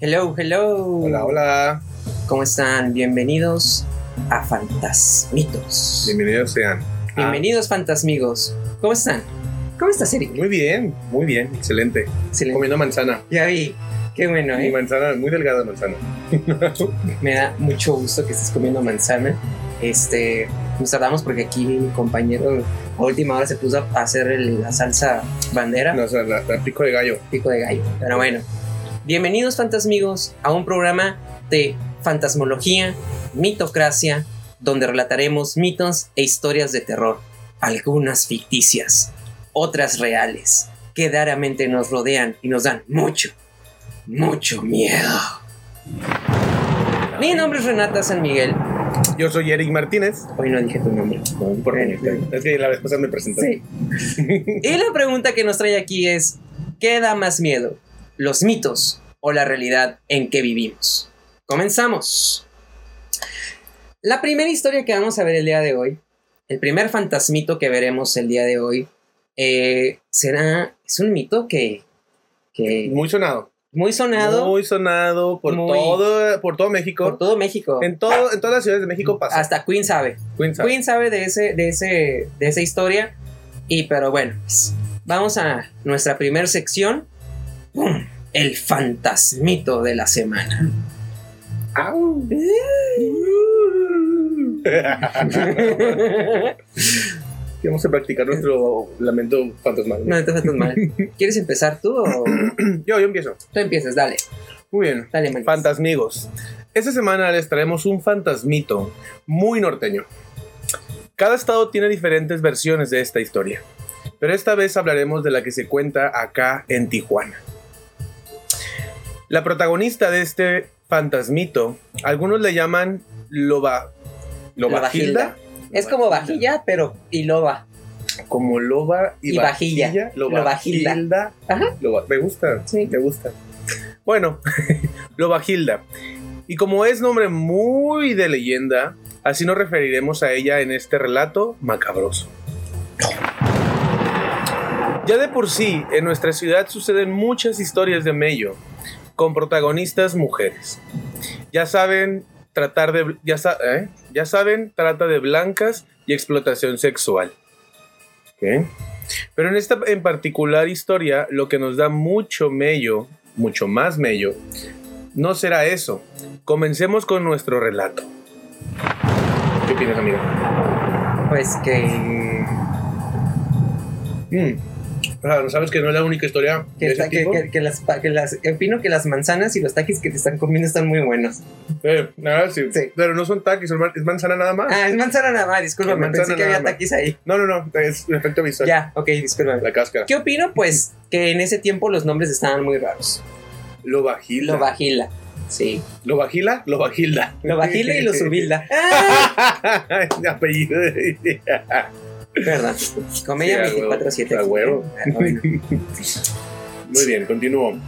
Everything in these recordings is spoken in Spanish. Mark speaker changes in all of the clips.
Speaker 1: Hello, hello.
Speaker 2: Hola, hola.
Speaker 1: ¿Cómo están? Bienvenidos a Fantasmitos.
Speaker 2: Bienvenidos sean. a-
Speaker 1: Bienvenidos, fantasmigos. ¿Cómo están? ¿Cómo estás, Eric?
Speaker 2: Muy bien, muy bien, excelente.
Speaker 1: Excelente.
Speaker 2: Comiendo manzana.
Speaker 1: Ya vi. Qué bueno,
Speaker 2: Y
Speaker 1: ¿eh?
Speaker 2: manzana, muy delgada manzana.
Speaker 1: Me da mucho gusto que estés comiendo manzana. Este, nos tardamos porque aquí mi compañero a última hora se puso a hacer el- la salsa bandera.
Speaker 2: No, o sea, la, la pico de gallo.
Speaker 1: pico de gallo. Pero bueno, bienvenidos fantasmigos a un programa de fantasmología, mitocracia, donde relataremos mitos e historias de terror, algunas ficticias, otras reales, que diariamente nos rodean y nos dan mucho, mucho miedo. Mi nombre es Renata San Miguel.
Speaker 2: Yo soy Eric Martínez.
Speaker 1: Hoy no dije tu nombre.
Speaker 2: No, por Es que la vez pasada me presenté.
Speaker 1: y la pregunta que nos trae aquí es, ¿qué da más miedo? ¿Los mitos o la realidad en que vivimos? Comenzamos. La primera historia que vamos a ver el día de hoy, el primer fantasmito que veremos el día de hoy, eh, será, es un mito que, que
Speaker 2: Muy sonado.
Speaker 1: muy sonado
Speaker 2: Muy sonado por
Speaker 1: Muy-
Speaker 2: todo por todo México.
Speaker 1: por todo México.
Speaker 2: en todo en todas las ciudades de México pasa.
Speaker 1: Hasta Queen sabe.
Speaker 2: Queen sabe.
Speaker 1: Queen sabe de, ese, de, ese, de esa historia. Y pero bueno, pues, vamos a nuestra primera sección. ¡Pum! El fantasmito de la semana.
Speaker 2: Au. Y Vamos a practicar nuestro lamento fantasmal.
Speaker 1: no te tratas mal. ¿Quieres empezar tú o
Speaker 2: Yo, yo empiezo.
Speaker 1: tú empiezas? Dale,
Speaker 2: Muy bien.
Speaker 1: dale, man.
Speaker 2: Fantasmigos. Esta semana les traemos un fantasmito muy norteño. Cada estado tiene diferentes versiones de esta historia, pero esta vez hablaremos de la que se cuenta acá en Tijuana. La protagonista de este fantasmito, algunos le llaman Loba. Lobajilda.
Speaker 1: es como vajilla, pero y loba.
Speaker 2: Como loba y,
Speaker 1: Y vajilla.
Speaker 2: Lobajilda.
Speaker 1: Lobajilda. Ajá.
Speaker 2: Loba- me gusta.
Speaker 1: Sí.
Speaker 2: Me gusta. Bueno, Lobajilda. Y como es nombre muy de leyenda, así nos referiremos a ella en este relato macabroso. Ya de por sí, en nuestra ciudad suceden muchas historias de Mello, con protagonistas mujeres. Ya saben, tratar de... Ya, sa- ¿eh? ya saben, trata de blancas y explotación sexual. ¿Qué? Pero en esta en particular historia, lo que nos da mucho mello, mucho más mello, no será eso. Comencemos con nuestro relato. ¿Qué opinas, amigo?
Speaker 1: Pues que,
Speaker 2: Claro, sabes que Ah, no es la única historia
Speaker 1: Mm. que,
Speaker 2: de ese
Speaker 1: está- que-
Speaker 2: tipo?
Speaker 1: que- que las, pa- que las- opino que las manzanas y los taquis que te están comiendo están muy buenos.
Speaker 2: Eh, nada, sí.
Speaker 1: Sí.
Speaker 2: Pero no son taquis, son man- es manzana nada más.
Speaker 1: Ah, es manzana nada más, discúlpame,
Speaker 2: Es manzana
Speaker 1: pensé que
Speaker 2: nada
Speaker 1: había
Speaker 2: más.
Speaker 1: taquis ahí.
Speaker 2: No, no, no, es un efecto visual.
Speaker 1: Ya, ok, discúlpame.
Speaker 2: La cáscara.
Speaker 1: ¿Qué opino? Pues que en ese tiempo los nombres estaban muy raros.
Speaker 2: Lo bajila.
Speaker 1: Lobajila. Sí.
Speaker 2: Lo bajila, lo bajilda.
Speaker 1: Lobajila y Lozubilda. ¡Ah!
Speaker 2: Apellido. de-
Speaker 1: Perdón. Comedia
Speaker 2: Sí, a huevo.
Speaker 1: 24-7.
Speaker 2: A huevo.
Speaker 1: Ah, bueno.
Speaker 2: Muy bien, continúo.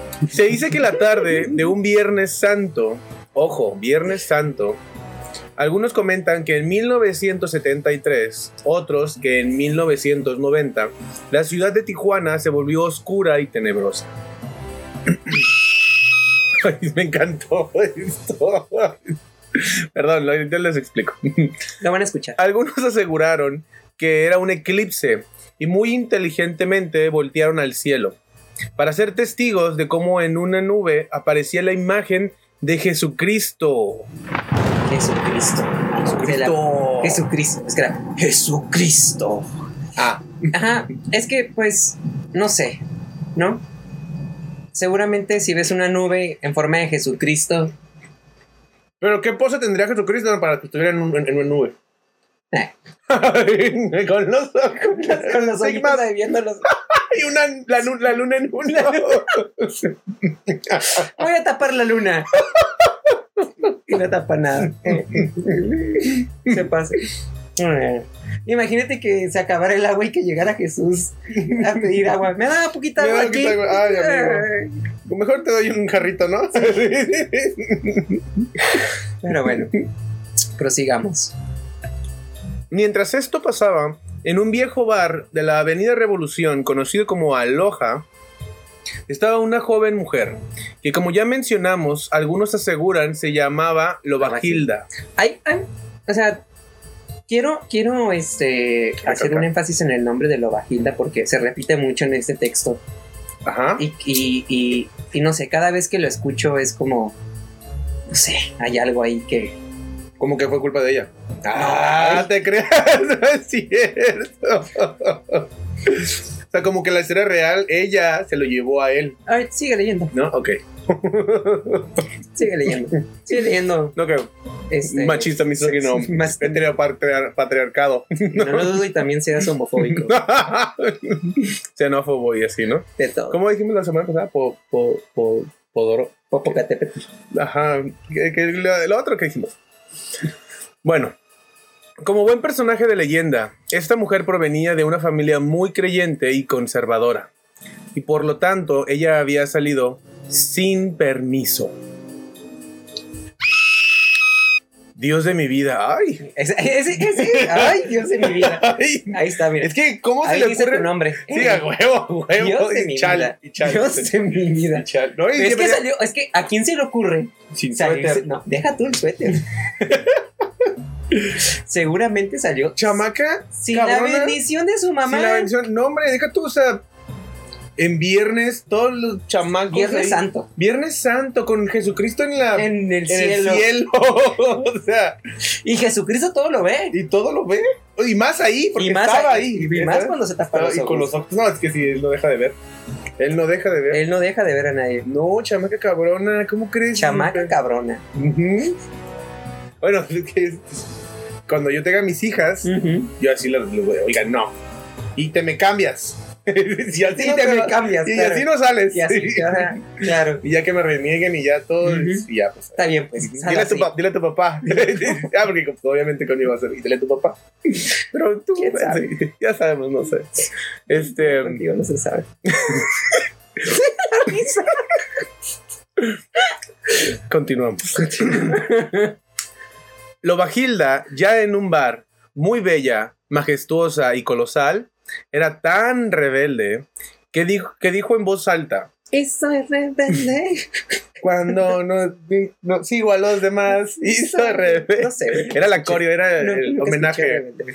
Speaker 2: Se dice que la tarde de un Viernes Santo, ojo, Viernes Santo, algunos comentan que en 1973, otros que en 1990, la ciudad de Tijuana se volvió oscura y tenebrosa. Ay, me encantó esto. Perdón, ahorita les explico.
Speaker 1: Lo van a escuchar.
Speaker 2: Algunos aseguraron que era un eclipse y muy inteligentemente voltearon al cielo para ser testigos de cómo en una nube aparecía la imagen de Jesucristo.
Speaker 1: Jesucristo. De la-
Speaker 2: Jesucristo.
Speaker 1: Jesucristo. Es que era Jesucristo.
Speaker 2: Ah,
Speaker 1: Ajá. Es que, pues, no sé, ¿no? Seguramente si ves una nube en forma de Jesucristo,
Speaker 2: pero ¿qué pose tendría Jesucristo para que estuviera en, un- en- en una nube?
Speaker 1: Eh.
Speaker 2: Con los ojos.
Speaker 1: con los
Speaker 2: Sigma
Speaker 1: ojitos ahí viéndolos.
Speaker 2: y una, la, nu- la luna en una.
Speaker 1: Voy a tapar la luna. Y no tapa nada. Se pasa. Imagínate que se acabara el agua y que llegara Jesús a pedir agua. Me da poquita
Speaker 2: Me da
Speaker 1: agua aquí.
Speaker 2: poquita agua. Ay, amigo. Mejor te doy un jarrito, ¿no?
Speaker 1: Pero bueno, prosigamos.
Speaker 2: Mientras esto pasaba, en un viejo bar de la Avenida Revolución, conocido como Aloha, Estaba una joven mujer, que como ya mencionamos, algunos aseguran se llamaba Lobagilda.
Speaker 1: Hay, hay- o sea, quiero, quiero este, hacer un énfasis en el nombre de Lobagilda porque se repite mucho en este texto.
Speaker 2: Ah, Ajá.
Speaker 1: Y, y, y, y no sé, cada vez que lo escucho es como, no sé, hay algo ahí que...
Speaker 2: Como que fue culpa de ella. Ah, te creas, no es cierto. o sea, como que la historia real, ella se lo llevó a él,
Speaker 1: A ver, sigue leyendo,
Speaker 2: ¿no? Ok.
Speaker 1: sigue leyendo, sigue leyendo.
Speaker 2: No creo.
Speaker 1: Este,
Speaker 2: Machista, misógino,
Speaker 1: Mas-
Speaker 2: heteropatriar- patriarcado.
Speaker 1: no lo dudo y también seas homofóbico.
Speaker 2: Xenófobo y así, ¿no?
Speaker 1: De todo.
Speaker 2: ¿Cómo dijimos la semana pasada? Po, po, po- podoro.
Speaker 1: Popocatépetl.
Speaker 2: Ajá, que, que lo, lo otro que dijimos. Bueno, como buen personaje de leyenda, esta mujer provenía de una familia muy creyente y conservadora, y por lo tanto ella había salido sin permiso. Dios de mi vida, ay.
Speaker 1: Ese, ese, ese- ay, Dios de mi vida.
Speaker 2: Ay.
Speaker 1: Ahí está, mira.
Speaker 2: Es que, ¿cómo se
Speaker 1: Ahí
Speaker 2: le
Speaker 1: dice tu
Speaker 2: ocurre?
Speaker 1: nombre. Eh,
Speaker 2: Sí, a huevo, a huevo.
Speaker 1: Dios de
Speaker 2: y
Speaker 1: mi
Speaker 2: chal,
Speaker 1: vida.
Speaker 2: y chal.
Speaker 1: Dios de mi vida.
Speaker 2: Y chal. No, y
Speaker 1: Es
Speaker 2: siempre-
Speaker 1: que salió, es que a quién se le ocurre
Speaker 2: sin
Speaker 1: salirse-
Speaker 2: suéter.
Speaker 1: No, deja tú el suéter. Seguramente salió
Speaker 2: Chamaca,
Speaker 1: sin la
Speaker 2: cabrona.
Speaker 1: bendición de su mamá.
Speaker 2: Sí, la bendición. No, hombre, deja tú, o sea, en viernes, todos los chamacos.
Speaker 1: Viernes
Speaker 2: ahí-
Speaker 1: Santo.
Speaker 2: Viernes Santo, con Jesucristo en la. En,
Speaker 1: En el
Speaker 2: el
Speaker 1: cielo.
Speaker 2: cielo. o sea,
Speaker 1: Y Jesucristo todo lo ve.
Speaker 2: y todo lo ve. Y más ahí, porque
Speaker 1: y más
Speaker 2: estaba
Speaker 1: ahí,
Speaker 2: ahí.
Speaker 1: Y más
Speaker 2: ¿sabes?
Speaker 1: cuando se tapa
Speaker 2: Estaba-
Speaker 1: los
Speaker 2: y con
Speaker 1: ojos.
Speaker 2: los ojos. No, es que sí, él no deja de ver. Él no deja de ver.
Speaker 1: Él no deja de ver a nadie.
Speaker 2: No, chamaca cabrona, ¿cómo crees?
Speaker 1: Chamaca cabrona.
Speaker 2: Ujú. Bueno, es que es- cuando yo tenga mis hijas,
Speaker 1: Mm.
Speaker 2: yo así las les voy a- oigan, no. Y te me cambias. y así
Speaker 1: Sí,
Speaker 2: no
Speaker 1: te
Speaker 2: te
Speaker 1: me
Speaker 2: va-
Speaker 1: cambias.
Speaker 2: Y
Speaker 1: claro.
Speaker 2: así no sales.
Speaker 1: Y así, ajá, claro.
Speaker 2: Y ya que me renieguen y ya todo,
Speaker 1: Ujú.
Speaker 2: y ya pues.
Speaker 1: Está bien, pues. sal
Speaker 2: Dile a, tu
Speaker 1: así.
Speaker 2: pa- dile a tu papá. ah, porque pues, obviamente conmigo va a ser. Y dile a tu papá. Pero tú,
Speaker 1: ¿Quién sabe?
Speaker 2: sí, ya sabemos, no sé. Este.
Speaker 1: Contigo no se sabe.
Speaker 2: Continuamos. Lobagilda, ya en un bar, muy bella, majestuosa y colosal, era tan rebelde que dijo, que dijo en voz alta:
Speaker 1: Eso es rebelde.
Speaker 2: Cuando no, no sigo a los demás, y soy
Speaker 1: No
Speaker 2: rebelde.
Speaker 1: sé.
Speaker 2: Era la coreo, era
Speaker 1: No,
Speaker 2: el
Speaker 1: nunca escuché
Speaker 2: homenaje.
Speaker 1: rebelde.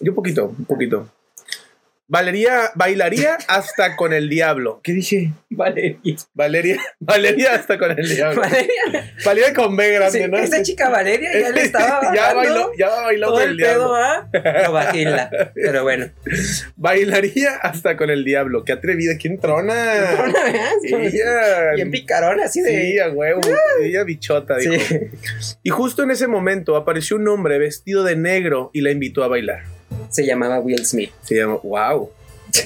Speaker 2: Yo poquito, un poquito. Valeria bailaría hasta con el diablo. ¿Qué dije?
Speaker 1: Valeria.
Speaker 2: Valeria, Valeria hasta con el diablo.
Speaker 1: Valeria.
Speaker 2: Valeria con B grande,
Speaker 1: Sí,
Speaker 2: ¿no?
Speaker 1: esa chica Valeria ya le estaba
Speaker 2: ya
Speaker 1: bajando
Speaker 2: bailó, ya bailó
Speaker 1: todo
Speaker 2: con
Speaker 1: el
Speaker 2: el diablo.
Speaker 1: pedo a Lobagilda. Pero bueno.
Speaker 2: Bailaría hasta con el diablo. Qué atrevida, ¿quién trona?
Speaker 1: Una vez,
Speaker 2: Ella.
Speaker 1: Bien picarón, así
Speaker 2: Sí,
Speaker 1: de. Ah.
Speaker 2: a huevo. Ella bichota, dijo.
Speaker 1: Sí.
Speaker 2: Y justo en ese momento apareció un hombre vestido de negro y la invitó a bailar.
Speaker 1: Se llamaba Will Smith.
Speaker 2: Se llama, wow.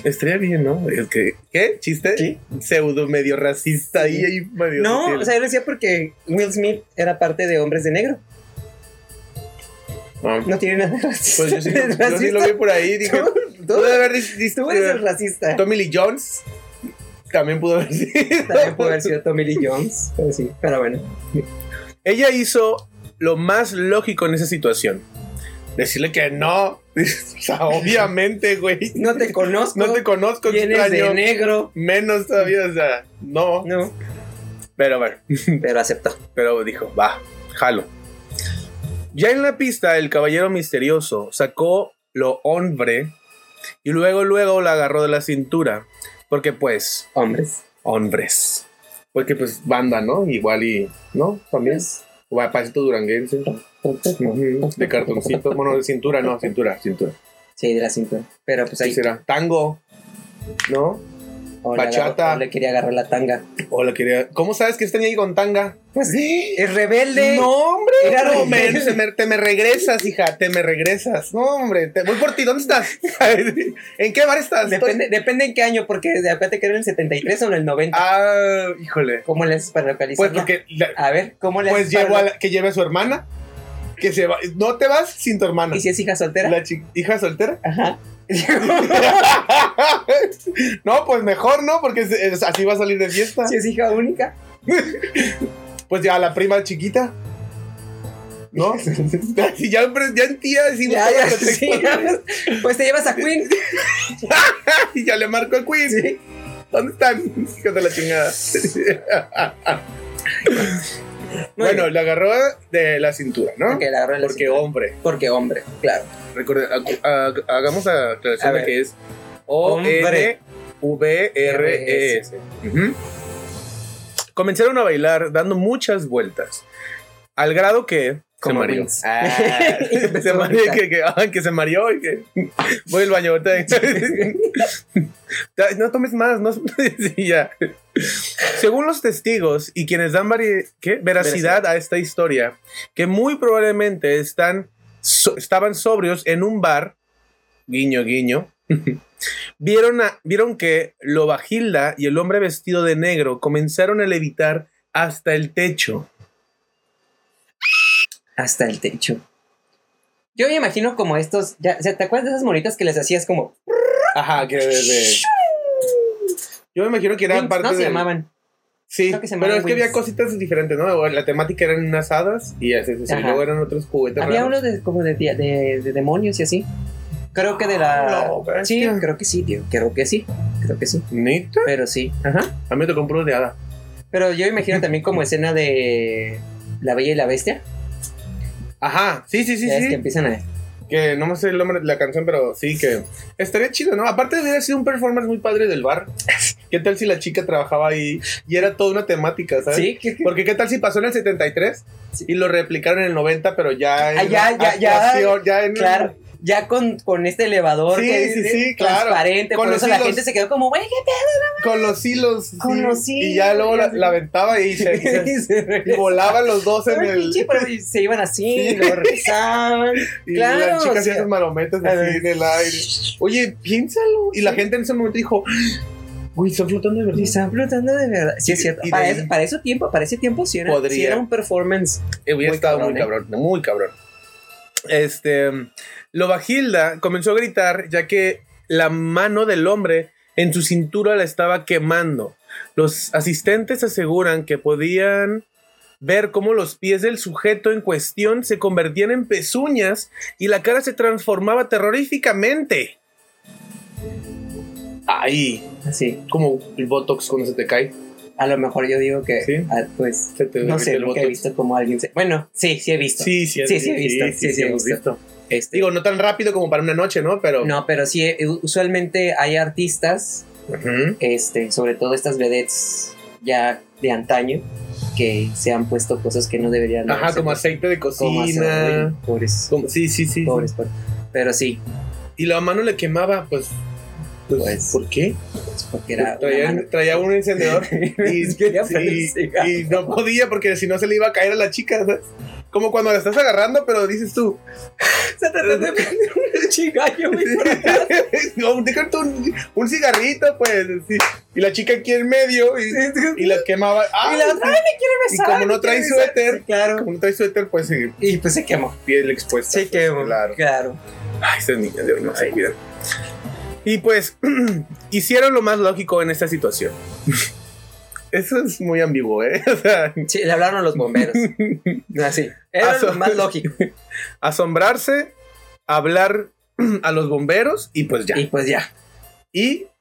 Speaker 2: Estaría bien, ¿no? Es que, ¿qué? ¿Chiste?
Speaker 1: Sí.
Speaker 2: Pseudo medio racista
Speaker 1: Sí.
Speaker 2: y ahí medio.
Speaker 1: No,
Speaker 2: sutil.
Speaker 1: o sea, yo lo decía porque Will Smith era parte de Hombres de Negro.
Speaker 2: Ah,
Speaker 1: No tiene nada de
Speaker 2: Pues yo sí, lo- yo sí lo vi por ahí. Dije,
Speaker 1: Tú- tú-
Speaker 2: pudo haber dis- dis-
Speaker 1: Tú eres el
Speaker 2: eh,
Speaker 1: racista.
Speaker 2: Tommy Lee Jones. También pudo haber sido.
Speaker 1: También pudo haber sido Tommy Lee Jones. Pero sí, pero bueno.
Speaker 2: Ella hizo lo más lógico en esa situación. Decirle que no. O sea, obviamente, güey.
Speaker 1: No te conozco.
Speaker 2: No te conozco,
Speaker 1: Vienes de
Speaker 2: extraño.
Speaker 1: negro.
Speaker 2: Menos todavía, o sea, no.
Speaker 1: No.
Speaker 2: Pero bueno,
Speaker 1: Pero aceptó.
Speaker 2: pero dijo, va, jalo. Ya en la pista, el caballero misterioso sacó lo hombre y luego, luego la agarró de la cintura. Porque pues,
Speaker 1: Hombres.
Speaker 2: hombres. Porque pues, banda, ¿no? Igual y, ¿no? También. Guapacito duranguense. Ujú, De cartoncito, bueno, de cintura, no, cintura, cintura.
Speaker 1: Sí, de la cintura. Pero pues
Speaker 2: ¿Qué
Speaker 1: ahí.
Speaker 2: será? Tango, ¿no?
Speaker 1: o le
Speaker 2: Bachata.
Speaker 1: agarró- o le quería agarrar la tanga.
Speaker 2: O la quería. ¿Cómo sabes que tenía ahí con tanga?
Speaker 1: Pues es rebelde.
Speaker 2: No, hombre.
Speaker 1: Era
Speaker 2: no,
Speaker 1: rebelde.
Speaker 2: men, se me- te me regresas, hija, te me regresas. No, hombre, te, voy por ti. ¿Dónde estás? ¿En qué bar estás?
Speaker 1: Depende, depende en qué año, porque de acá te quedaron en el 73 o en el 90.
Speaker 2: Ah, híjole.
Speaker 1: ¿Cómo le haces para
Speaker 2: Pues
Speaker 1: localizarla?
Speaker 2: porque la-
Speaker 1: A ver, ¿cómo le
Speaker 2: pues
Speaker 1: haces para
Speaker 2: llevo a
Speaker 1: lo-
Speaker 2: la- que lleve a su hermana. Que se va. No te vas sin tu hermana.
Speaker 1: ¿Y si es hija soltera?
Speaker 2: La chi- hija soltera.
Speaker 1: Ajá.
Speaker 2: no, pues mejor no, porque es- es- así va a salir de fiesta.
Speaker 1: Si es hija única.
Speaker 2: Pues ya la prima chiquita. ¿No? Si ya, empre- ya en tía decimos
Speaker 1: Ya,
Speaker 2: todo
Speaker 1: ya,
Speaker 2: el contexto.
Speaker 1: sí, ya. pues te llevas a Queen.
Speaker 2: y ya le marco el quiz.
Speaker 1: Sí.
Speaker 2: ¿Dónde están? Hijos de la chingada. bueno,
Speaker 1: bien.
Speaker 2: la agarró de la cintura, ¿no?
Speaker 1: Ok, la agarró en la
Speaker 2: Porque
Speaker 1: cintura.
Speaker 2: hombre.
Speaker 1: Porque hombre, claro.
Speaker 2: Recorde, a- a- hagamos la aclaración
Speaker 1: A
Speaker 2: de
Speaker 1: ver.
Speaker 2: que es E O-N-V-R-E-S. Ujú. Comenzaron a bailar dando muchas vueltas. Al grado que se
Speaker 1: Como
Speaker 2: mareó.
Speaker 1: Vince.
Speaker 2: Ah,
Speaker 1: Y empezó
Speaker 2: se
Speaker 1: a
Speaker 2: mareó,
Speaker 1: vomitar.
Speaker 2: que, que, ah, que se mareó y que voy al baño ahorita. Ya, no tomes más, no sí, ya. Según los testigos y quienes dan vari- ¿qué? veracidad
Speaker 1: Veracidad.
Speaker 2: a esta historia, que muy probablemente están so- estaban sobrios en un bar, guiño, guiño, vieron, a- vieron que Lobagilda y el hombre vestido de negro comenzaron a levitar hasta el techo.
Speaker 1: Hasta el techo. Yo me imagino como estos. Ya, o sea, ¿Te acuerdas de esas monitas que les hacías como.
Speaker 2: Ajá, que desde... Yo me imagino que eran
Speaker 1: Wings?
Speaker 2: parte
Speaker 1: no se
Speaker 2: del-
Speaker 1: llamaban.
Speaker 2: Sí,
Speaker 1: Creo que se
Speaker 2: pero
Speaker 1: llamaban
Speaker 2: es que había
Speaker 1: wings.
Speaker 2: cositas diferentes, ¿no? La temática eran unas hadas y así, así,
Speaker 1: Ajá.
Speaker 2: y luego eran otros juguetes.
Speaker 1: Había
Speaker 2: raros.
Speaker 1: uno de, como de, dia- de- de demonios y así. Creo que de la.
Speaker 2: No, Ah, bestia.
Speaker 1: sí, creo que sí, tío. Creo que sí. Creo que sí.
Speaker 2: ¿Neta?
Speaker 1: Pero sí. Ajá.
Speaker 2: A mí me tocó un puro de hada.
Speaker 1: Pero yo me imagino también como escena de. La Bella y la Bestia.
Speaker 2: Ajá, sí, sí, sí,
Speaker 1: ya
Speaker 2: sí.
Speaker 1: es que empiezan a.
Speaker 2: Que no me sé el nombre de la canción, pero sí que estaría chido, ¿no? Aparte de haber sido un performance muy padre del bar. ¿Qué tal si la chica trabajaba ahí y era toda una temática, ¿sabes?
Speaker 1: Sí, que- que-
Speaker 2: Porque qué tal si pasó en el 73
Speaker 1: Sí.
Speaker 2: y lo replicaron en el 90, pero ya en
Speaker 1: Ah, ya,
Speaker 2: la
Speaker 1: ya, ya.
Speaker 2: actuación, ya en
Speaker 1: claro. Ya con, con este elevador
Speaker 2: Sí,
Speaker 1: que
Speaker 2: sí, sí, claro.
Speaker 1: transparente,
Speaker 2: Con
Speaker 1: por
Speaker 2: los
Speaker 1: eso la
Speaker 2: hilos.
Speaker 1: gente se quedó como, güey, ¿qué
Speaker 2: con los hilos.
Speaker 1: Con
Speaker 2: sí,
Speaker 1: los
Speaker 2: Y ya
Speaker 1: hilos,
Speaker 2: luego
Speaker 1: ya
Speaker 2: la,
Speaker 1: sé.
Speaker 2: la aventaba y se,
Speaker 1: pedo?"
Speaker 2: se-
Speaker 1: Y se
Speaker 2: y
Speaker 1: regresó.
Speaker 2: volaban los dos en
Speaker 1: Ay,
Speaker 2: el.
Speaker 1: pinche, pero se iban así,
Speaker 2: Sí.
Speaker 1: y luego regresaban.
Speaker 2: Y
Speaker 1: Claro,
Speaker 2: la chica
Speaker 1: o
Speaker 2: hacía
Speaker 1: sea,
Speaker 2: sus marometas
Speaker 1: a
Speaker 2: así
Speaker 1: ver.
Speaker 2: en el aire. Oye, piénsalo. Y la gente en ese momento dijo, güey, están flotando de verdad.
Speaker 1: Y están flotando de verdad. Sí, es cierto.
Speaker 2: Y de
Speaker 1: Para,
Speaker 2: ahí-
Speaker 1: ese, para ese tiempo, para ese tiempo sí era,
Speaker 2: Podría.
Speaker 1: sí era un performance.
Speaker 2: Eh, Hubiera
Speaker 1: Muy
Speaker 2: estado
Speaker 1: cabrón,
Speaker 2: muy
Speaker 1: eh.
Speaker 2: cabrón, muy cabrón. Este, Lobagilda comenzó a gritar ya que la mano del hombre en su cintura la estaba quemando. Los asistentes aseguran que podían ver cómo los pies del sujeto en cuestión se convertían en pezuñas y la cara se transformaba terroríficamente. Ahí,
Speaker 1: Así.
Speaker 2: como el botox cuando se te cae.
Speaker 1: A lo mejor yo digo que,
Speaker 2: Sí.
Speaker 1: ah, pues,
Speaker 2: Se te
Speaker 1: no
Speaker 2: derrite
Speaker 1: sé,
Speaker 2: el
Speaker 1: nunca he
Speaker 2: botox.
Speaker 1: visto como alguien se. Bueno, sí, sí he visto.
Speaker 2: Sí, sí,
Speaker 1: Sí, sí he visto, sí, sí he
Speaker 2: hemos
Speaker 1: visto. Este,
Speaker 2: Digo, no tan rápido como para una noche, ¿no? Pero.
Speaker 1: no, pero sí, eh, usualmente hay artistas,
Speaker 2: Ujú.
Speaker 1: este, sobre todo estas vedettes ya de antaño, que se han puesto cosas que no deberían.
Speaker 2: Ajá,
Speaker 1: haberse
Speaker 2: como
Speaker 1: puesto.
Speaker 2: aceite de
Speaker 1: Como aceite,
Speaker 2: cocina.
Speaker 1: güey, Pobres.
Speaker 2: Como- sí, sí, sí.
Speaker 1: Pobres, pobres. Pero sí,
Speaker 2: Y la mano le quemaba, pues. pues,
Speaker 1: Pues,
Speaker 2: ¿Por qué?
Speaker 1: pues, porque era. una
Speaker 2: traía,
Speaker 1: mano.
Speaker 2: traía un encendedor y,
Speaker 1: Quería
Speaker 2: y-
Speaker 1: prender el cigarro.
Speaker 2: y no podía porque si no se le iba a caer a la chica, ¿sabes? Como cuando la estás agarrando, pero dices tú,
Speaker 1: Se trató de prender un chigallo, güey, por acá.
Speaker 2: no, déjate un, un cigarrito, pues. sí. Y la chica aquí en medio y, y la quemaba. ¡Ah!
Speaker 1: Y la otra, "Ay, me quiere besar.
Speaker 2: Y como no
Speaker 1: me
Speaker 2: trae
Speaker 1: quiere besar".
Speaker 2: suéter.
Speaker 1: Sí, claro.
Speaker 2: Como no trae suéter, pues sí,
Speaker 1: Y pues se quemó.
Speaker 2: piel expuesta.
Speaker 1: Se
Speaker 2: pues,
Speaker 1: quemó.
Speaker 2: Claro.
Speaker 1: Claro.
Speaker 2: Ay, este estas niñas de hoy no se cuidan. Y pues, hicieron lo más lógico en esta situación. Eso es muy ambiguo, ¿eh? O sea,
Speaker 1: Sí, le hablaron a los bomberos. Así. Era
Speaker 2: Aso-
Speaker 1: lo más lógico.
Speaker 2: asombrarse, hablar a los bomberos y pues ya.
Speaker 1: Y
Speaker 2: Y,
Speaker 1: pues ya.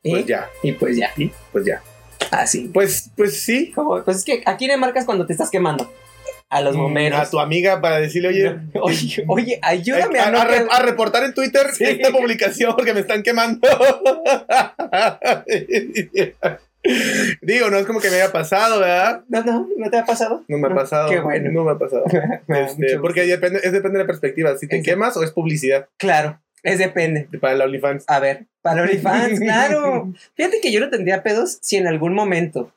Speaker 2: pues
Speaker 1: ¿Y?
Speaker 2: ya.
Speaker 1: Y pues ya.
Speaker 2: Y pues ya.
Speaker 1: Así.
Speaker 2: Pues, pues sí.
Speaker 1: Como, pues es que aquí le marcas cuando te estás quemando. A los bomberos.
Speaker 2: A tu amiga para decirle, Mm, oye.
Speaker 1: Oye, oye, ayúdame
Speaker 2: eh,
Speaker 1: a,
Speaker 2: a,
Speaker 1: no
Speaker 2: a re-
Speaker 1: que-
Speaker 2: a reportar en Twitter
Speaker 1: Sí.
Speaker 2: esta publicación porque me están quemando. Digo, no es como que me haya pasado, ¿verdad?
Speaker 1: No, no, ¿no te ha pasado?
Speaker 2: No me ha pasado.
Speaker 1: Ah, Qué bueno.
Speaker 2: No me ha pasado.
Speaker 1: Me da
Speaker 2: Este,
Speaker 1: mucho gusto.
Speaker 2: porque depende, es depende de la perspectiva. Si te
Speaker 1: Exacto.
Speaker 2: quemas o es publicidad
Speaker 1: Claro, es depende.
Speaker 2: para el OnlyFans.
Speaker 1: A ver, para OnlyFans, claro. Fíjate que yo no tendría pedos si en algún momento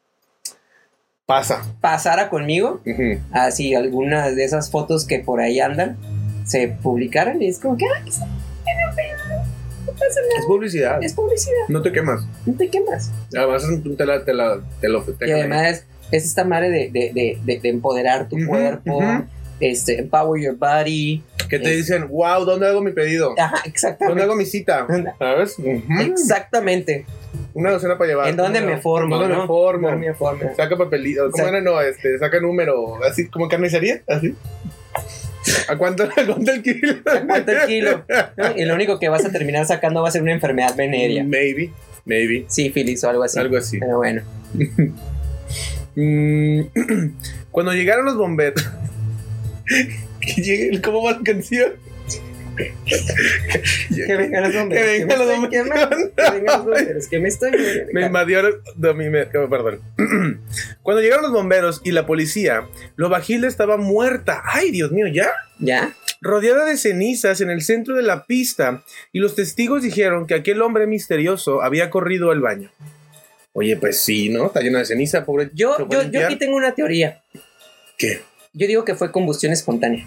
Speaker 2: Pasa.
Speaker 1: pasara conmigo,
Speaker 2: Ujú.
Speaker 1: así algunas de esas fotos que por ahí andan se publicaran y es como que, ah, está bien, no pedo, no pasa
Speaker 2: Es publicidad.
Speaker 1: nada, es publicidad,
Speaker 2: No te quemas.
Speaker 1: no te quemas.
Speaker 2: Además, tú te la, te la, te lo te
Speaker 1: Y además es esta madre de, de- de- de- de empoderar tu
Speaker 2: Ujú,
Speaker 1: cuerpo,
Speaker 2: ujú.
Speaker 1: este, empower your body.
Speaker 2: Que te dicen, wow, ¿dónde hago mi pedido?
Speaker 1: Ajá,
Speaker 2: ¿Dónde
Speaker 1: exactamente.
Speaker 2: hago mi cita? ¿Sabes? Ujú.
Speaker 1: Exactamente.
Speaker 2: Una docena para llevar.
Speaker 1: ¿En dónde me formo?
Speaker 2: ¿Dónde
Speaker 1: no?
Speaker 2: me formo?
Speaker 1: ¿Dónde me formo?
Speaker 2: Saca papelito. ¿Cómo
Speaker 1: Exacto.
Speaker 2: era? No, este, saca número. Así, como carnicería. Así. ¿A cuánto, a cuánto el kilo?
Speaker 1: ¿Cuánto el kilo? ¿No? Y lo único que vas a terminar sacando va a ser una enfermedad venérea.
Speaker 2: Maybe. Maybe.
Speaker 1: sífilis o algo así.
Speaker 2: Mm. Algo así.
Speaker 1: Pero bueno.
Speaker 2: Mm, Cuando llegaron los bomberos. que llegue- ¿Cómo va la canción?
Speaker 1: Que vengan los bomberos.
Speaker 2: Que vengan
Speaker 1: me
Speaker 2: los
Speaker 1: estoy
Speaker 2: bomberos.
Speaker 1: quemando, Que vengan los bomberos. Que me estoy.
Speaker 2: Me invadieron. no, mi me- oh, perdón. Cuando llegaron los bomberos y la policía, Lobajilda estaba muerta. ¡Ay, Dios mío, ya!
Speaker 1: ¿Ya?
Speaker 2: Rodeada de cenizas en el centro de la pista, y los testigos dijeron que aquel hombre misterioso había corrido al baño. Oye, pues sí, ¿no? Está lleno de ceniza, pobre.
Speaker 1: Yo,
Speaker 2: ¿se puede
Speaker 1: yo, yo
Speaker 2: limpiar?
Speaker 1: aquí tengo una teoría.
Speaker 2: ¿Qué?
Speaker 1: Yo digo que fue combustión espontánea.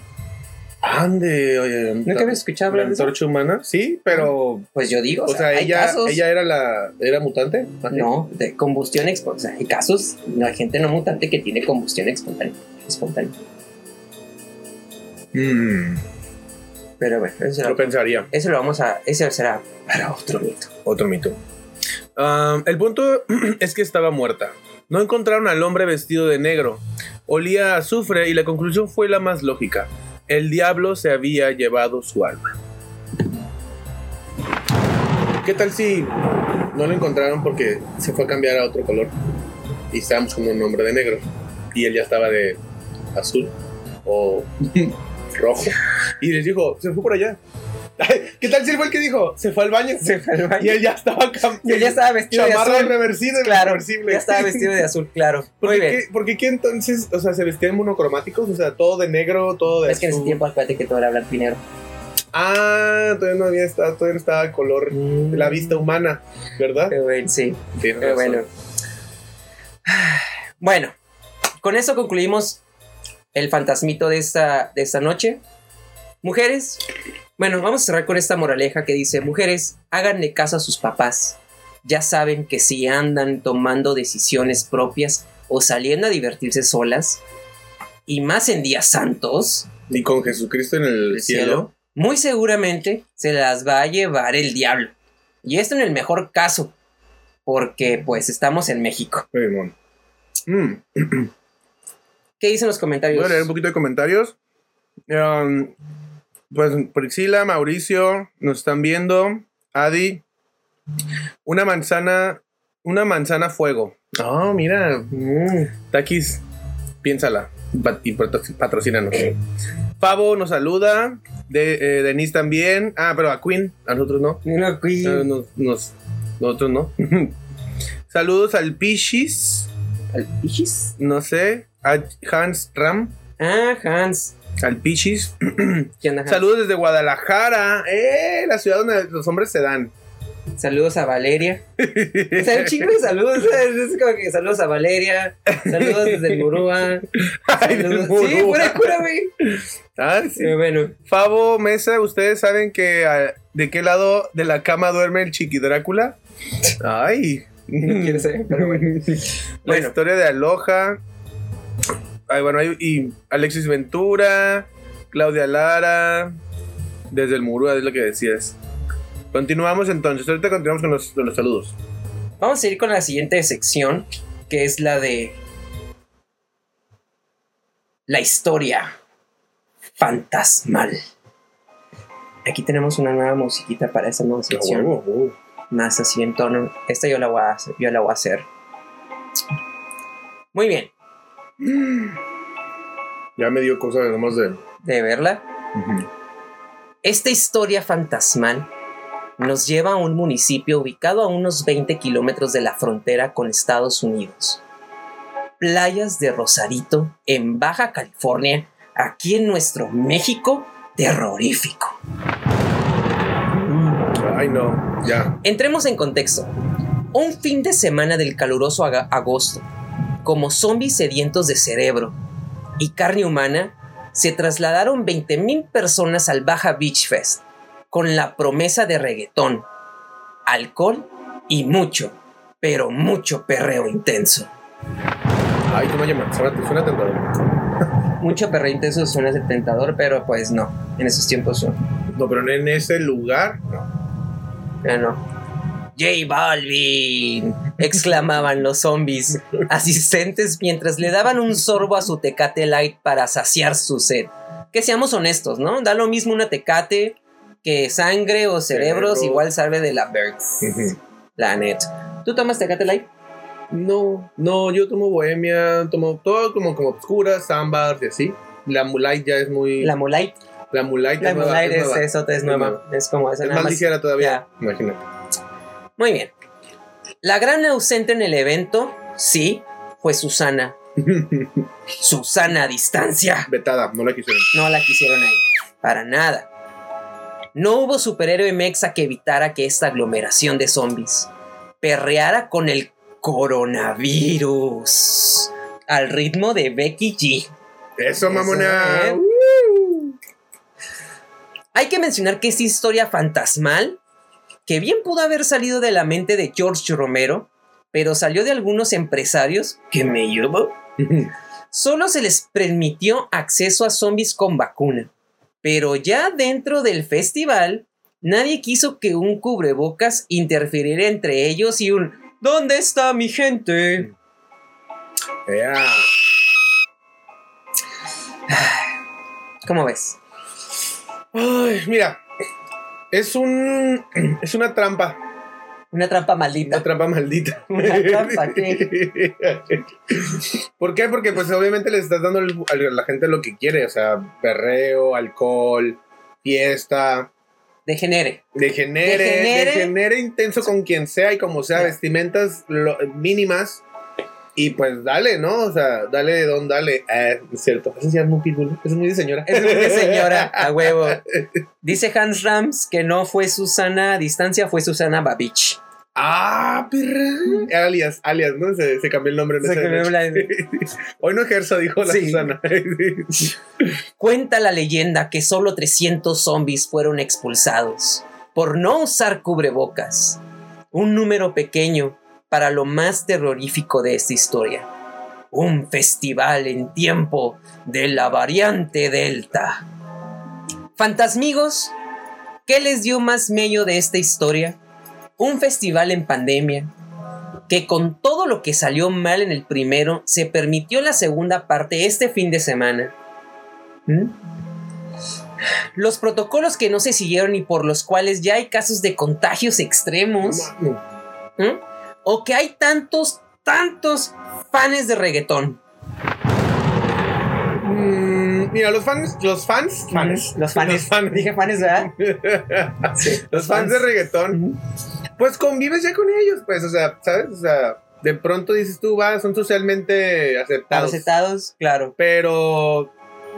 Speaker 2: Ande, oye.
Speaker 1: ¿Nunca habías escuchado
Speaker 2: ¿La
Speaker 1: hablar de eso?
Speaker 2: antorcha humana? Sí, pero.
Speaker 1: Pues yo digo,
Speaker 2: O sea,
Speaker 1: hay
Speaker 2: ella,
Speaker 1: casos.
Speaker 2: ella era la. ¿Era mutante?
Speaker 1: No, de combustión espontánea. O sea, hay casos, no hay gente no mutante que tiene combustión espontánea. espontánea.
Speaker 2: Mm,
Speaker 1: Pero bueno, eso,
Speaker 2: yo
Speaker 1: lo,
Speaker 2: pensaría.
Speaker 1: eso lo vamos a. Eso será para otro mito.
Speaker 2: Otro mito. Ah, el punto es que estaba muerta. No encontraron al hombre vestido de negro. Olía a azufre y la conclusión fue la más lógica. El diablo se había llevado su alma. ¿Qué tal si no lo encontraron porque se fue a cambiar a otro color? Y estábamos con un hombre de negro. Y él ya estaba de azul o rojo. Y les dijo, se fue por allá. ¿Qué tal si él fue el que dijo? Se fue al baño.
Speaker 1: Se fue al
Speaker 2: Y
Speaker 1: baño.
Speaker 2: él ya estaba cam-
Speaker 1: Y él ya estaba vestido de
Speaker 2: Chamarra
Speaker 1: azul.
Speaker 2: irreversible,
Speaker 1: Claro,
Speaker 2: irreversible.
Speaker 1: ya estaba vestido de azul, claro.
Speaker 2: ¿Por
Speaker 1: Muy
Speaker 2: qué,
Speaker 1: bien.
Speaker 2: qué- por qué qué entonces, o sea, se vestían monocromáticos? O sea, todo de negro, todo de
Speaker 1: Es que en ese
Speaker 2: azul.
Speaker 1: tiempo, acuérdate que todo era blanco y negro.
Speaker 2: Ah, todavía no había estado, todavía no estaba color de la vista humana, ¿verdad?
Speaker 1: Qué bueno, sí,
Speaker 2: Tienes
Speaker 1: qué
Speaker 2: razón.
Speaker 1: Eh, bueno. Bueno, con eso concluimos el fantasmito de esta, de esta noche. Mujeres, bueno, vamos a cerrar con esta moraleja que dice, mujeres, háganle caso a sus papás. Ya saben que si andan tomando decisiones propias o saliendo a divertirse solas, y más en días santos,
Speaker 2: Y con Jesucristo en el,
Speaker 1: el
Speaker 2: cielo.
Speaker 1: cielo, muy seguramente se las va a llevar el diablo. Y esto en el mejor caso, porque pues estamos en México.
Speaker 2: Muy bien. Mm,
Speaker 1: ¿Qué dicen los
Speaker 2: Voy a
Speaker 1: comentarios?
Speaker 2: leer un poquito de comentarios. Um, pues Priscila, Mauricio, nos están viendo. Adi, una manzana, una manzana fuego. Oh, mira. mm, Takis, piénsala pat- y pato- patrocínanos. Pavo nos saluda. De, eh, Denise también. Ah, pero a Queen, a nosotros no.
Speaker 1: Mira, güey.
Speaker 2: Eh, nos- nos- nosotros no. Saludos al Pichis,
Speaker 1: ¿Al Pichis?
Speaker 2: no sé, a Hans Ram,
Speaker 1: Ah, Hans.
Speaker 2: al Pichis.
Speaker 1: ¿Qué onda, Hans?
Speaker 2: Saludos desde Guadalajara, eh, la ciudad donde los hombres se dan.
Speaker 1: Saludos a Valeria. O sea, un chingo de saludos. ¿sabes? Es como que saludos a Valeria. Saludos desde el Murúa.
Speaker 2: Ay, del
Speaker 1: Saludos- Sí,
Speaker 2: Murúa.
Speaker 1: fuera de cura, güey.
Speaker 2: Ah, sí.
Speaker 1: Pero bueno,
Speaker 2: Favo Mesa, ¿ustedes saben que ah, de qué lado de la cama duerme el chiqui Drácula? Ay.
Speaker 1: no quiero saber, pero bueno.
Speaker 2: La
Speaker 1: Bueno.
Speaker 2: historia de Aloha. Ay, bueno, hay- y Alexis Ventura, Claudia Lara, desde el Murúa, es lo que decías. Continuamos entonces, ahorita continuamos con los, con los saludos.
Speaker 1: Vamos a ir con la siguiente sección, que es la de la historia fantasmal. Aquí tenemos una nueva musiquita para esa nueva
Speaker 2: Ah,
Speaker 1: sección, más así en tono. Esta yo la voy a hacer. Yo la voy a hacer. Muy bien,
Speaker 2: Ya me dio cosa nomás de...
Speaker 1: de verla. Esta historia fantasmal nos lleva a un municipio ubicado a unos 20 kilómetros de la frontera con Estados Unidos. Playas de Rosarito, en Baja California, aquí en nuestro México terrorífico.
Speaker 2: Ay, no, ya.
Speaker 1: Entremos en contexto. Un fin de semana del caluroso aga- agosto, como zombies sedientos de cerebro y carne humana, se trasladaron 20.000 personas al Baja Beach Fest con la promesa de reggaetón, alcohol y mucho, pero mucho perreo intenso.
Speaker 2: Ay, ¿cómo llamas? Suena, suena tentador.
Speaker 1: Mucho perreo intenso suena ser tentador, pero pues no, en esos tiempos no.
Speaker 2: No, pero en ese lugar...
Speaker 1: Ya no. J Balvin, exclamaban los zombies asistentes mientras le daban un sorbo a su tecate light para saciar su sed. Que seamos honestos, ¿no? Da lo mismo una tecate que sangre o cerebros,
Speaker 2: Cerebro.
Speaker 1: igual sabe de la verga. La neta. ¿Tú tomas Tecate Light?
Speaker 2: No, no, yo tomo bohemia, tomo todo como, como obscura, ámbar y así. La mulay ya es muy.
Speaker 1: La Molite.
Speaker 2: la mulay
Speaker 1: La Molite es,
Speaker 2: nueva.
Speaker 1: eso, es nueva. Es como esa
Speaker 2: Es
Speaker 1: nada
Speaker 2: más
Speaker 1: más.
Speaker 2: ligera todavía,
Speaker 1: Ya.
Speaker 2: imagínate.
Speaker 1: Muy bien. La gran ausente en el evento, sí, fue Susana. Susana a distancia.
Speaker 2: Vetada, no la quisieron.
Speaker 1: No la quisieron ahí. Para nada. No hubo superhéroe mexa que evitara que esta aglomeración de zombies perreara con el coronavirus. Al ritmo de Becky G.
Speaker 2: Eso, mamona.
Speaker 1: Eso, ¿eh? Hay que mencionar que esta historia fantasmal, que bien pudo haber salido de la mente de George Romero, pero salió de algunos empresarios que me llevo, ¿eh? solo se les permitió acceso a zombies con vacuna. Pero ya dentro del festival, nadie quiso que un cubrebocas interfiriera entre ellos y un ¿Dónde está mi gente?
Speaker 2: Ea.
Speaker 1: ¿Cómo ves?
Speaker 2: Ay, mira, es un es una trampa,
Speaker 1: Una trampa maldita.
Speaker 2: una trampa maldita.
Speaker 1: Una trampa, ¿qué?
Speaker 2: ¿Por qué? Porque pues obviamente le estás dando al- al- a la gente lo que quiere, o sea, perreo, alcohol, fiesta,
Speaker 1: Degenere.
Speaker 2: degenere,
Speaker 1: Degenere.
Speaker 2: degenere, intenso con quien sea y como sea,
Speaker 1: Ya.
Speaker 2: vestimentas lo- mínimas. Y pues dale, ¿no? O sea, dale don, dale. Eh, es cierto. Eso sí es muy pitbull. Es muy de señora.
Speaker 1: Es muy de señora, a huevo. Dice Hans Rams que no fue Susana a distancia, fue Susana Babich.
Speaker 2: Ah, perra. Alias, alias, ¿no? Se, se cambió el nombre. En
Speaker 1: O sea,
Speaker 2: esa
Speaker 1: que me
Speaker 2: noche.
Speaker 1: habla de-
Speaker 2: Hoy no ejerzo, dijo la
Speaker 1: Sí.
Speaker 2: Susana.
Speaker 1: Cuenta la leyenda que solo 300 zombies fueron expulsados por no usar cubrebocas. Un número pequeño para lo más terrorífico de esta historia. Un festival en tiempo de la variante Delta. Fantasmigos, ¿qué les dio más medio de esta historia? Un festival en pandemia que con todo lo que salió mal en el primero se permitió la segunda parte este fin de semana. ¿Mm? Los protocolos que no se siguieron y por los cuales ya hay casos de contagios extremos. ¿Mm? O que hay tantos, tantos fans de reggaetón.
Speaker 2: Mm, Mira, los fans, los fans, fans.
Speaker 1: Los fans.
Speaker 2: Los fans.
Speaker 1: Dije fans, ¿verdad? Sí.
Speaker 2: Los fans de reggaetón,
Speaker 1: Ujú.
Speaker 2: pues convives ya con ellos, pues, o sea, ¿sabes? O sea, de pronto dices tú, va, son socialmente aceptados.
Speaker 1: Recetados, claro.
Speaker 2: Pero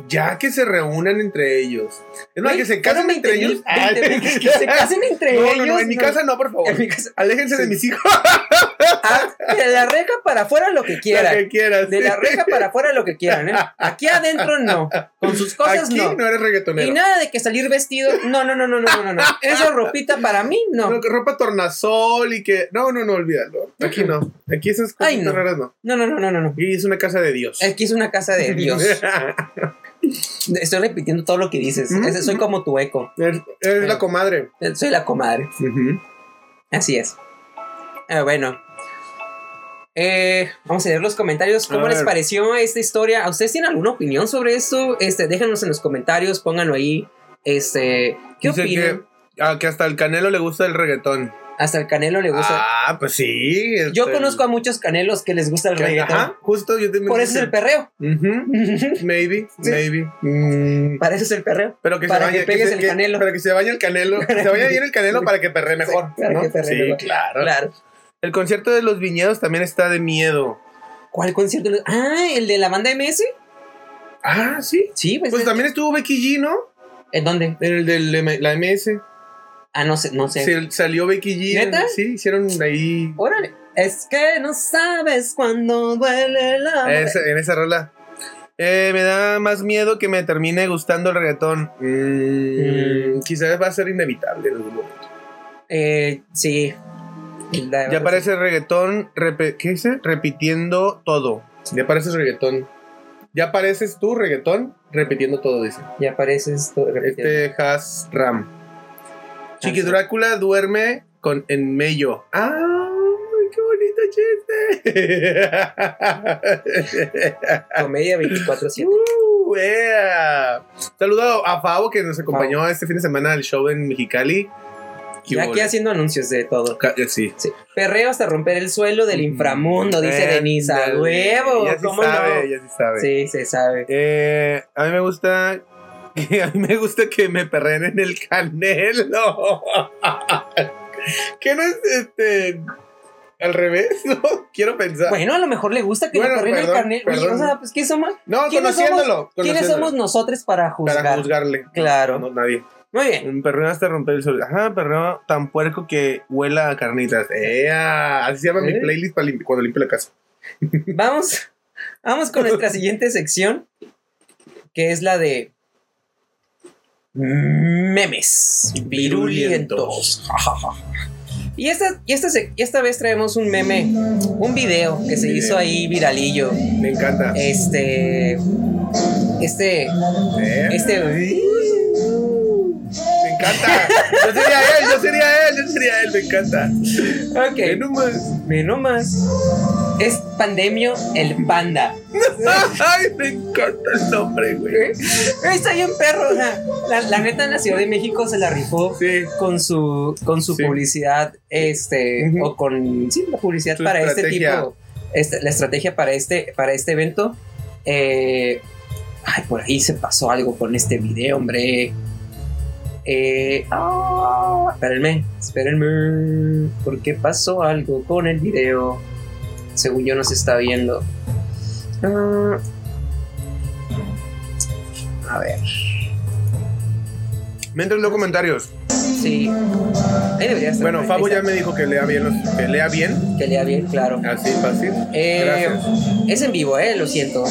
Speaker 2: ya que se reúnan entre ellos. Es más,
Speaker 1: Güey,
Speaker 2: que se
Speaker 1: fueron
Speaker 2: casen entre
Speaker 1: 20,000,
Speaker 2: ellos.
Speaker 1: 20,000, que se casen entre
Speaker 2: no,
Speaker 1: ellos.
Speaker 2: no, no, en mi casa no, por favor.
Speaker 1: En mi casa.
Speaker 2: Aléjense de
Speaker 1: Sí.
Speaker 2: mis hijos.
Speaker 1: Ah, de la reja para afuera lo que
Speaker 2: Lo
Speaker 1: quieran.
Speaker 2: que quieras.
Speaker 1: De la reja para afuera lo que quieran, ¿eh? Aquí adentro no. Con sus cosas
Speaker 2: Aquí
Speaker 1: no.
Speaker 2: no, eres reggaetonero.
Speaker 1: Y nada de que salir vestido. No, no, no, no, no, no, no, no. Esa ropita para mí,
Speaker 2: No,
Speaker 1: no.
Speaker 2: que ropa tornasol y que. No, no, no, olvídalo. Aquí no. Aquí esas cosas
Speaker 1: Ay, no.
Speaker 2: raras no.
Speaker 1: No, no, no, no, no, no.
Speaker 2: Aquí es una casa de Dios.
Speaker 1: Aquí es una casa de Dios. Estoy repitiendo todo lo que dices.
Speaker 2: Ujú,
Speaker 1: Es- Soy
Speaker 2: ujú.
Speaker 1: como tu eco.
Speaker 2: eres eres
Speaker 1: Ah.
Speaker 2: la comadre.
Speaker 1: Soy la comadre. Así es. Ah, bueno. Eh, vamos a leer los comentarios. ¿Cómo
Speaker 2: A
Speaker 1: les
Speaker 2: ver.
Speaker 1: pareció esta historia? ¿A ustedes tienen alguna opinión sobre esto? Este, déjenos en los comentarios, pónganlo ahí. Este, ¿qué
Speaker 2: Dice
Speaker 1: opinan?
Speaker 2: que, ah, que hasta el canelo le gusta el reggaetón.
Speaker 1: Hasta el canelo le gusta.
Speaker 2: Ah, pues sí.
Speaker 1: Yo conozco a muchos canelos que les gusta el reggaetón.
Speaker 2: Ajá, justo yo también.
Speaker 1: Por eso es el perreo.
Speaker 2: Ujú, Maybe,
Speaker 1: Sí.
Speaker 2: maybe. Mm,
Speaker 1: Para eso es el perreo.
Speaker 2: Pero que
Speaker 1: para
Speaker 2: se
Speaker 1: que
Speaker 2: bañe
Speaker 1: pegues
Speaker 2: se-
Speaker 1: el canelo.
Speaker 2: Para que se bañe el canelo. Que se vaya bien el canelo para que perre mejor.
Speaker 1: para
Speaker 2: ¿no?
Speaker 1: que perre
Speaker 2: sí,
Speaker 1: mejor.
Speaker 2: claro.
Speaker 1: Claro.
Speaker 2: El concierto de los viñedos también está de miedo.
Speaker 1: ¿Cuál concierto? les- Ah, el de la banda MS.
Speaker 2: Ah, sí.
Speaker 1: Sí, pues.
Speaker 2: Pues
Speaker 1: eh.
Speaker 2: también estuvo Becky G, ¿no?
Speaker 1: ¿En dónde?
Speaker 2: En el de la MS.
Speaker 1: Ah, no sé, no sé.
Speaker 2: Se- salió Becky G. en-
Speaker 1: ¿Neta?
Speaker 2: sí, hicieron ahí.
Speaker 1: Órale. Es que no sabes cuándo duele la.
Speaker 2: esa- en esa rola. Eh, me da más miedo que me termine gustando el reggaetón. Mm, Quizás va a ser inevitable en algún momento.
Speaker 1: Eh, sí. La verdad,
Speaker 2: Ya parece reggaetón. repe- ¿Qué dice? Repitiendo todo. Ya pareces reggaetón. Ya pareces tú reggaetón repitiendo todo, dice.
Speaker 1: sí. Ya parece esto. repetido.
Speaker 2: Este Has Ram. Chiqui
Speaker 1: Ah, sí.
Speaker 2: Drácula duerme con en mello. ¡Ah! ¡Qué bonito chiste!
Speaker 1: Comedia 24-7.
Speaker 2: ¡Uh, ea! Saludo a Fabo que nos acompañó este fin de semana al show en Mexicali.
Speaker 1: Ya aquí haciendo anuncios de todo.
Speaker 2: Ca- eh, Sí.
Speaker 1: Sí. Perreo hasta romper el suelo del
Speaker 2: Mm,
Speaker 1: inframundo, dice
Speaker 2: Eh,
Speaker 1: Denise. ¡A
Speaker 2: dale,
Speaker 1: huevo!
Speaker 2: Ya sí
Speaker 1: ¿Cómo
Speaker 2: sabe,
Speaker 1: no?
Speaker 2: ya sí sabe.
Speaker 1: Sí, se sabe.
Speaker 2: Eh, a mí me gusta. que- a mí me gusta que me perren en el canelo. que no es este. Al revés, ¿no? Quiero pensar.
Speaker 1: Bueno, a lo mejor le gusta que
Speaker 2: Bueno,
Speaker 1: le corrieran el
Speaker 2: perdón,
Speaker 1: carnet. Oye,
Speaker 2: perdón.
Speaker 1: o sea, pues, ¿qué somos?
Speaker 2: no,
Speaker 1: ¿quiénes
Speaker 2: conociéndolo.
Speaker 1: ¿Quiénes
Speaker 2: conociéndolo.
Speaker 1: somos nosotros para juzgar?
Speaker 2: Para juzgarle.
Speaker 1: Claro.
Speaker 2: No, nadie.
Speaker 1: Muy bien.
Speaker 2: Un perreo hasta romper el sol. Ajá, perreo tan puerco que huela a carnitas. ea Así se llama mi
Speaker 1: ¿Eh?
Speaker 2: playlist para limpi- cuando limpio la casa.
Speaker 1: Vamos, vamos con nuestra siguiente sección, que es la de memes virulentos. Y esta, y esta, se- y esta vez traemos un meme, un video que se
Speaker 2: Video.
Speaker 1: hizo ahí viralillo.
Speaker 2: Me encanta.
Speaker 1: Este, este,
Speaker 2: Eh,
Speaker 1: este,
Speaker 2: Me encanta. Yo sería él, yo sería él, yo sería él. Me encanta. Ve
Speaker 1: ok,
Speaker 2: nomás.
Speaker 1: ve nomás. Es Pandemio el Panda.
Speaker 2: Ay, me encanta el nombre,
Speaker 1: ¿Eh?
Speaker 2: güey.
Speaker 1: Ahí Está bien perro, o sea, la, la neta en la Ciudad de México se la rifó
Speaker 2: Sí.
Speaker 1: con su con su
Speaker 2: Sí.
Speaker 1: publicidad este
Speaker 2: Ujú.
Speaker 1: o con sí, la publicidad
Speaker 2: Su
Speaker 1: para
Speaker 2: estrategia.
Speaker 1: este tipo este- la estrategia para este para este evento Eh, ay por ahí se pasó algo con este video hombre eh, ah, espérenme espérenme porque pasó algo con el video según yo no se está viendo Ah. a ver
Speaker 2: Mientras los comentarios.
Speaker 1: sí ahí debería estar
Speaker 2: Bueno,
Speaker 1: Ahí
Speaker 2: Fabo
Speaker 1: está.
Speaker 2: ya me dijo que lea bien. los- que lea bien.
Speaker 1: Que lea bien, claro.
Speaker 2: Así, fácil.
Speaker 1: Eh,
Speaker 2: Gracias.
Speaker 1: es en vivo, eh, lo siento.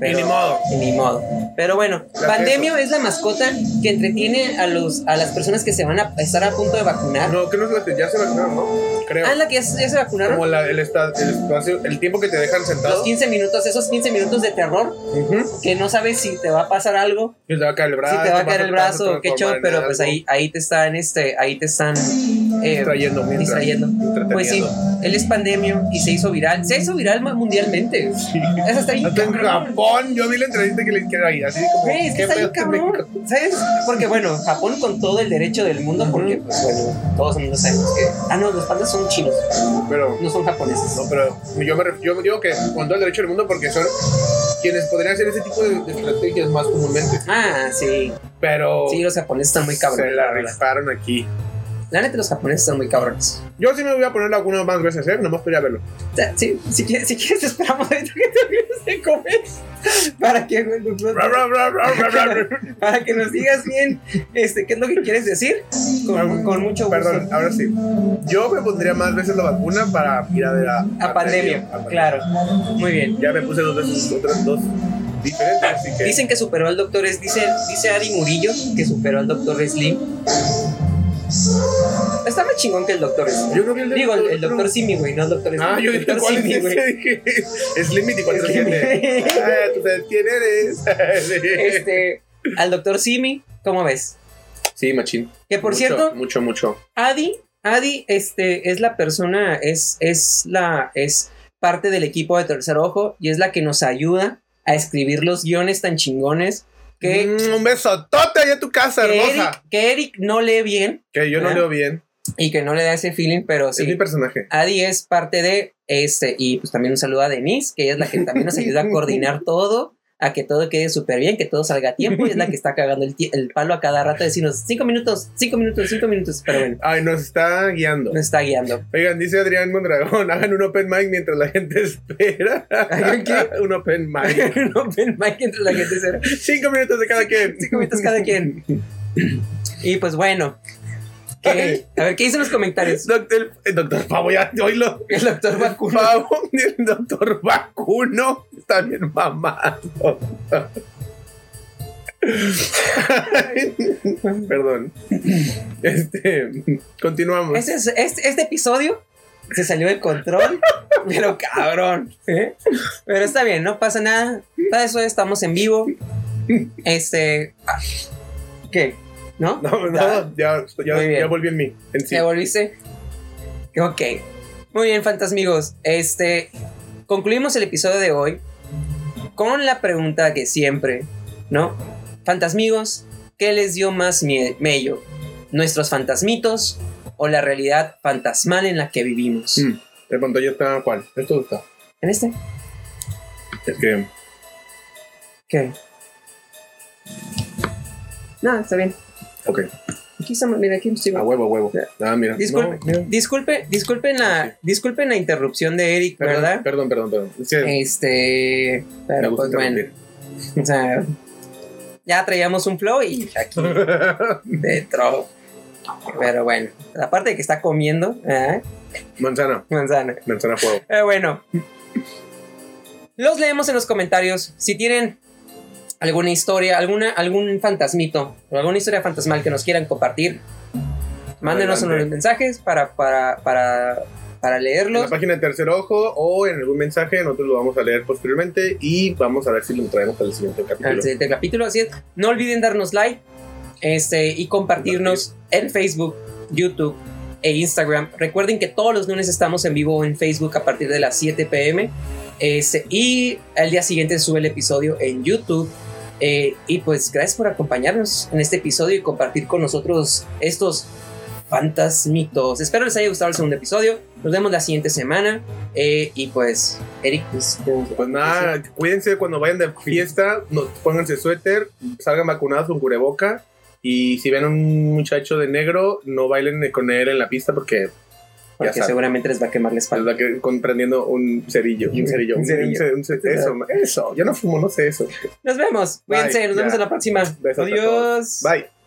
Speaker 1: Pero-
Speaker 2: Y ni modo.
Speaker 1: y ni modo. Pero bueno,
Speaker 2: Gracias.
Speaker 1: Pandemio es la mascota que entretiene a los a las personas que se van a estar a punto de vacunar.
Speaker 2: No, que no es la que ya se vacunaron, ¿no? Creo.
Speaker 1: Ah, la que ya, se- ya se vacunaron.
Speaker 2: Como la, el, esta- el espacio, el tiempo que te dejan
Speaker 1: Los
Speaker 2: sentado.
Speaker 1: 15 minutos, esos 15 minutos de terror,
Speaker 2: Ujú.
Speaker 1: que no sabes si te va a pasar algo,
Speaker 2: Que te va a caer el brazo.
Speaker 1: si te va a
Speaker 2: vas
Speaker 1: caer el brazo, o qué show,
Speaker 2: transformar en
Speaker 1: pero
Speaker 2: algo.
Speaker 1: pues ahí, ahí te están, este, ahí te están eh,
Speaker 2: Distrayendo mientras.
Speaker 1: distrayendo.
Speaker 2: entreteniendo.
Speaker 1: Pues sí, él es pandemio y se hizo viral. Se hizo viral mundialmente.
Speaker 2: Sí.
Speaker 1: Eso está bien
Speaker 2: Hasta en
Speaker 1: cabrón.
Speaker 2: Japón, yo vi la entrevista que le hicieron ahí, así como.
Speaker 1: Güey, es que
Speaker 2: ¿qué
Speaker 1: está bien
Speaker 2: pedo con México?
Speaker 1: cabrón. ¿Sabes? Porque bueno, Japón con todo el derecho del mundo, porque
Speaker 2: Ujú.
Speaker 1: pues bueno, todos no sabemos que. Ah, no, los pandas son chinos,
Speaker 2: Pero
Speaker 1: no son japoneses.
Speaker 2: No, pero yo, me ref- yo digo que con todo el derecho del mundo porque son quienes podrían hacer ese tipo de, de estrategias más comúnmente.
Speaker 1: Ah, sí.
Speaker 2: Pero
Speaker 1: Sí, los japoneses están muy
Speaker 2: Oh. se la
Speaker 1: cabrones.
Speaker 2: rifaron aquí.
Speaker 1: La neta, los japoneses están muy cabrones.
Speaker 2: Yo sí me voy a poner algunas más veces, ¿eh? Nomás quería verlo.
Speaker 1: O sea, sí, si quieres, si quieres, esperamos ahorita que termines de comer. Para que,
Speaker 2: Ra, ra, ra, ra, ra, ra, ra.
Speaker 1: para que nos digas bien este, qué es lo que quieres decir. Con, con mucho gusto.
Speaker 2: Perdón, ahora sí. Yo me pondría más veces la vacuna para ir a ver a,
Speaker 1: A pandemia,
Speaker 2: a pandemia.
Speaker 1: claro. Muy bien.
Speaker 2: Ya me puse dos veces, otras dos diferentes, así que.
Speaker 1: Dicen que superó al doctor es, dice, dice Ari Murillo que superó al doctor Slim. Está más chingón que el doctor Slim.
Speaker 2: Yo creo que el de-
Speaker 1: Digo, el, el doctor Simi, güey, no el doctor Slim.
Speaker 2: Ah, yo
Speaker 1: el
Speaker 2: dije,
Speaker 1: doctor
Speaker 2: ¿cuál es
Speaker 1: Simi,
Speaker 2: ese?
Speaker 1: güey.
Speaker 2: Dije, Slimity 47. Ah, tú sabes quién eres. Sí.
Speaker 1: Este, al doctor Simi, ¿cómo ves?
Speaker 2: Sí, machín.
Speaker 1: Que por
Speaker 2: Mucho,
Speaker 1: cierto,
Speaker 2: Mucho, mucho.
Speaker 1: Adi, Adi, este, es la persona, es, es la, es parte del equipo de Tercer Ojo y es la que nos ayuda a escribir los guiones tan chingones que,
Speaker 2: Mm, un besotote allá a tu casa,
Speaker 1: que,
Speaker 2: hermosa.
Speaker 1: Eric, que Eric no lee bien
Speaker 2: Que yo no
Speaker 1: ¿Eh?
Speaker 2: leo bien.
Speaker 1: y que no le da ese feeling, pero sí.
Speaker 2: Es mi personaje.
Speaker 1: Adi es parte de este, y pues también un saludo a Denise, que ella es la que también nos ayuda a coordinar todo, a que todo quede súper bien, que todo salga a tiempo, y es la que está cagando el, tie- el palo a cada rato, decirnos cinco minutos, cinco minutos, cinco minutos, pero bueno,
Speaker 2: Ay, nos está guiando.
Speaker 1: nos está guiando.
Speaker 2: Oigan, dice Adrián Mondragón, hagan un open mic mientras la gente espera.
Speaker 1: ¿Hagan qué?
Speaker 2: Un open mic.
Speaker 1: no ven Mike entre la gente cero.
Speaker 2: Cinco minutos de cada quien.
Speaker 1: Cinco minutos cada quien. Y pues bueno, que- a ver, ¿qué dicen los comentarios?
Speaker 2: Doctor, eh, doctor Pavo, ya oílo.
Speaker 1: El doctor Vacuno.
Speaker 2: Pavo, el doctor Vacuno está bien mamado. Perdón. Este, continuamos.
Speaker 1: Este, es- este, este episodio se salió de control, pero cabrón. ¿eh? Pero está bien, no pasa nada. Para eso estamos en vivo. Este. ah, ¿Qué? ¿No?
Speaker 2: No,
Speaker 1: Ya.
Speaker 2: no, ya, ya,
Speaker 1: Muy bien.
Speaker 2: ya volví en mí. En sí.
Speaker 1: ¿Te volviste? Ok. Muy bien, fantasmigos. Este. Concluimos el episodio de hoy con la pregunta que siempre, ¿no? Fantasmigos, ¿qué les dio más mie- mello? nuestros fantasmitos o la realidad fantasmal en la que vivimos.
Speaker 2: Mm. De pronto yo estaba cuál. Esto está.
Speaker 1: ¿En este?
Speaker 2: Es que.
Speaker 1: ¿Qué? No, está bien.
Speaker 2: Ok.
Speaker 1: Aquí estamos, mira, aquí estoy.
Speaker 2: A huevo, a huevo.
Speaker 1: Ya.
Speaker 2: Ah, mira.
Speaker 1: Disculpe,
Speaker 2: No, mira.
Speaker 1: disculpe, disculpen
Speaker 2: Sí.
Speaker 1: la, disculpen la interrupción de Eric,
Speaker 2: Perdón,
Speaker 1: ¿verdad?
Speaker 2: Perdón, perdón, perdón. Es que
Speaker 1: Este,
Speaker 2: me
Speaker 1: pero
Speaker 2: gusta
Speaker 1: pues bueno,
Speaker 2: interrumpir.
Speaker 1: o sea, ya traíamos un flow y aquí de trobo. Pero bueno, aparte de que está comiendo, ¿eh?
Speaker 2: manzana.
Speaker 1: manzana.
Speaker 2: Manzana a fuego.
Speaker 1: Eh, bueno. Los leemos en los comentarios. Si tienen alguna historia, alguna, algún fantasmito o alguna historia fantasmal que nos quieran compartir, mándenos
Speaker 2: Adelante.
Speaker 1: unos mensajes para, para, para, para
Speaker 2: En la
Speaker 1: leerlos.
Speaker 2: página de Tercer Ojo o en algún mensaje, nosotros lo vamos a leer posteriormente y vamos a ver si lo traemos para el siguiente
Speaker 1: Al
Speaker 2: capítulo.
Speaker 1: siguiente capítulo, así es. No olviden darnos like este, y compartirnos en Facebook, YouTube e Instagram. Recuerden que todos los lunes estamos en vivo en Facebook a partir de las 7 pm. Este, y al día siguiente sube el episodio en YouTube. Eh, y pues gracias por acompañarnos en este episodio y compartir con nosotros estos fantasmitos. Espero les haya gustado el segundo episodio. Nos vemos la siguiente semana. Eh, y pues, Eric, pues,
Speaker 2: Pues nada, cuídense cuando vayan de fiesta, no, pónganse suéter, salgan vacunados con cureboca y si ven a un muchacho de negro, no bailen con él en la pista porque
Speaker 1: porque
Speaker 2: saben.
Speaker 1: seguramente les va a quemar la espalda.
Speaker 2: es la que comprendiendo un cerillo, un cerillo,
Speaker 1: Un cerillo.
Speaker 2: un ce- un ce- eso, eso, yo no fumo, no sé eso.
Speaker 1: Nos vemos.
Speaker 2: Bye.
Speaker 1: Cuídense. Nos vemos
Speaker 2: Ya.
Speaker 1: en la próxima.
Speaker 2: Besos a
Speaker 1: Adiós.
Speaker 2: Bye.